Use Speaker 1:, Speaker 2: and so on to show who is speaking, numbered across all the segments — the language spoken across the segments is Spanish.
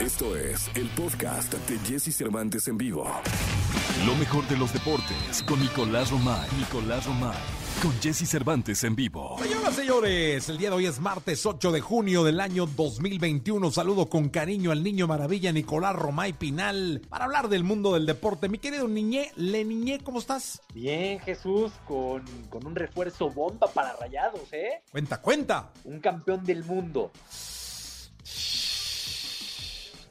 Speaker 1: Esto es el podcast de Jesse Cervantes en vivo.
Speaker 2: Lo mejor de los deportes con Nicolás Romay. Nicolás Romay. Con Jesse Cervantes en vivo.
Speaker 3: Señoras, señores, el día de hoy es martes 8 de junio del año 2021. Saludo con cariño al niño maravilla Nicolás Romay Pinal para hablar del mundo del deporte. Mi querido niñé, le niñé, ¿cómo estás?
Speaker 4: Bien, Jesús, con, con un refuerzo bomba para rayados, ¿eh?
Speaker 3: Cuenta, cuenta.
Speaker 4: Un campeón del mundo.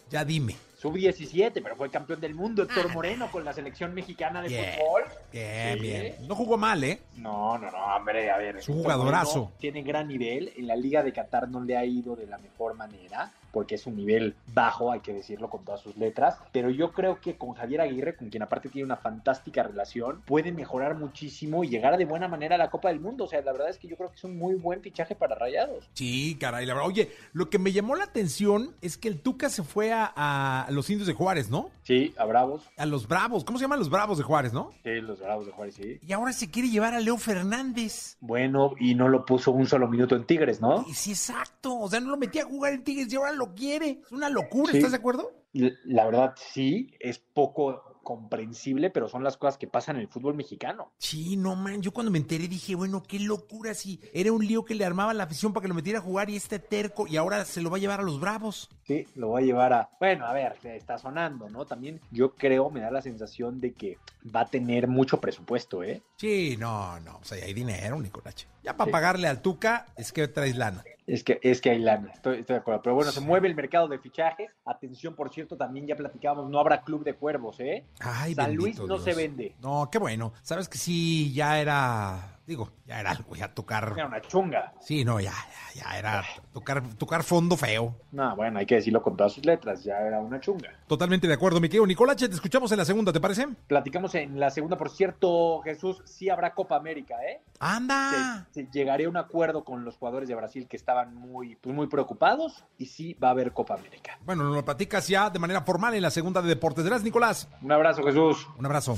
Speaker 3: Ya dime.
Speaker 4: Sub-17, pero fue campeón del mundo Héctor
Speaker 3: Ah.
Speaker 4: Moreno con la selección mexicana de
Speaker 3: Bien.
Speaker 4: fútbol.
Speaker 3: Bien,
Speaker 4: Sí.
Speaker 3: bien. No jugó mal, ¿eh?
Speaker 4: No, no, no, hombre, a ver.
Speaker 3: Es un
Speaker 4: Héctor
Speaker 3: jugadorazo.
Speaker 4: Moreno Tiene gran nivel. En la Liga de Qatar no le ha ido de la mejor manera, porque es un nivel bajo, hay que decirlo con todas sus letras. Pero yo creo que con Javier Aguirre, con quien aparte tiene una fantástica relación, puede mejorar muchísimo y llegar de buena manera a la Copa del Mundo. O sea, la verdad es que yo creo que es un muy buen fichaje para Rayados.
Speaker 3: Sí, caray, la verdad. Oye, lo que me llamó la atención es que el Tuca se fue a, a los indios de Juárez, ¿no?
Speaker 4: Sí, a Bravos.
Speaker 3: A los Bravos. ¿Cómo se llaman los Bravos de Juárez, no?
Speaker 4: Sí, los Bravos de Juárez, sí.
Speaker 3: Y ahora se quiere llevar a Leo Fernández.
Speaker 4: Bueno, y no lo puso un solo minuto en Tigres, ¿no?
Speaker 3: Y sí, exacto. O sea, no lo metía a jugar en Tigres y ahora lo quiere. Es una locura,
Speaker 4: Sí.
Speaker 3: ¿estás de acuerdo?
Speaker 4: L- La verdad, sí, es poco comprensible, pero son las cosas que pasan en el fútbol mexicano.
Speaker 3: Sí, no, man. Yo cuando me enteré dije, bueno, qué locura. Si era un lío que le armaba la afición para que lo metiera a jugar y este terco y ahora se lo va a llevar a los Bravos.
Speaker 4: Sí, lo voy a llevar a. Bueno, a ver, le está sonando, ¿no? También yo creo, me da la sensación de que va a tener mucho presupuesto, ¿eh?
Speaker 3: Sí, no, no. O sea, ya hay dinero, Nicolache. Ya para
Speaker 4: Sí.
Speaker 3: pagarle al Tuca es que traes lana.
Speaker 4: Es que, es que hay lana, estoy, estoy de acuerdo. Pero bueno, se mueve el mercado de fichajes. Atención, por cierto, también ya platicábamos, no habrá club de cuervos, ¿eh?
Speaker 3: Ay,
Speaker 4: San Luis
Speaker 3: bendito
Speaker 4: no se
Speaker 3: Dios.
Speaker 4: vende.
Speaker 3: No, qué bueno. Sabes que sí, ya era. Digo, ya era algo, ya
Speaker 4: Era
Speaker 3: tocar.
Speaker 4: una chunga.
Speaker 3: Sí, no, ya, ya, ya era tocar, tocar fondo feo.
Speaker 4: No, bueno, hay que decirlo con todas sus letras, ya era una chunga.
Speaker 3: Totalmente de acuerdo, mi querido Nicolache. Te escuchamos en la segunda, ¿te parece?
Speaker 4: Platicamos en la segunda, por cierto, Jesús, sí habrá Copa América, ¿eh? Se-
Speaker 3: Anda.
Speaker 4: se llegaré a un acuerdo con los jugadores de Brasil que estaban muy, pues, muy preocupados y sí va a haber Copa América.
Speaker 3: Bueno, nos lo platicas ya de manera formal en la segunda de Deportes. Gracias, Nicolás.
Speaker 4: Un abrazo, Jesús.
Speaker 3: Un abrazo.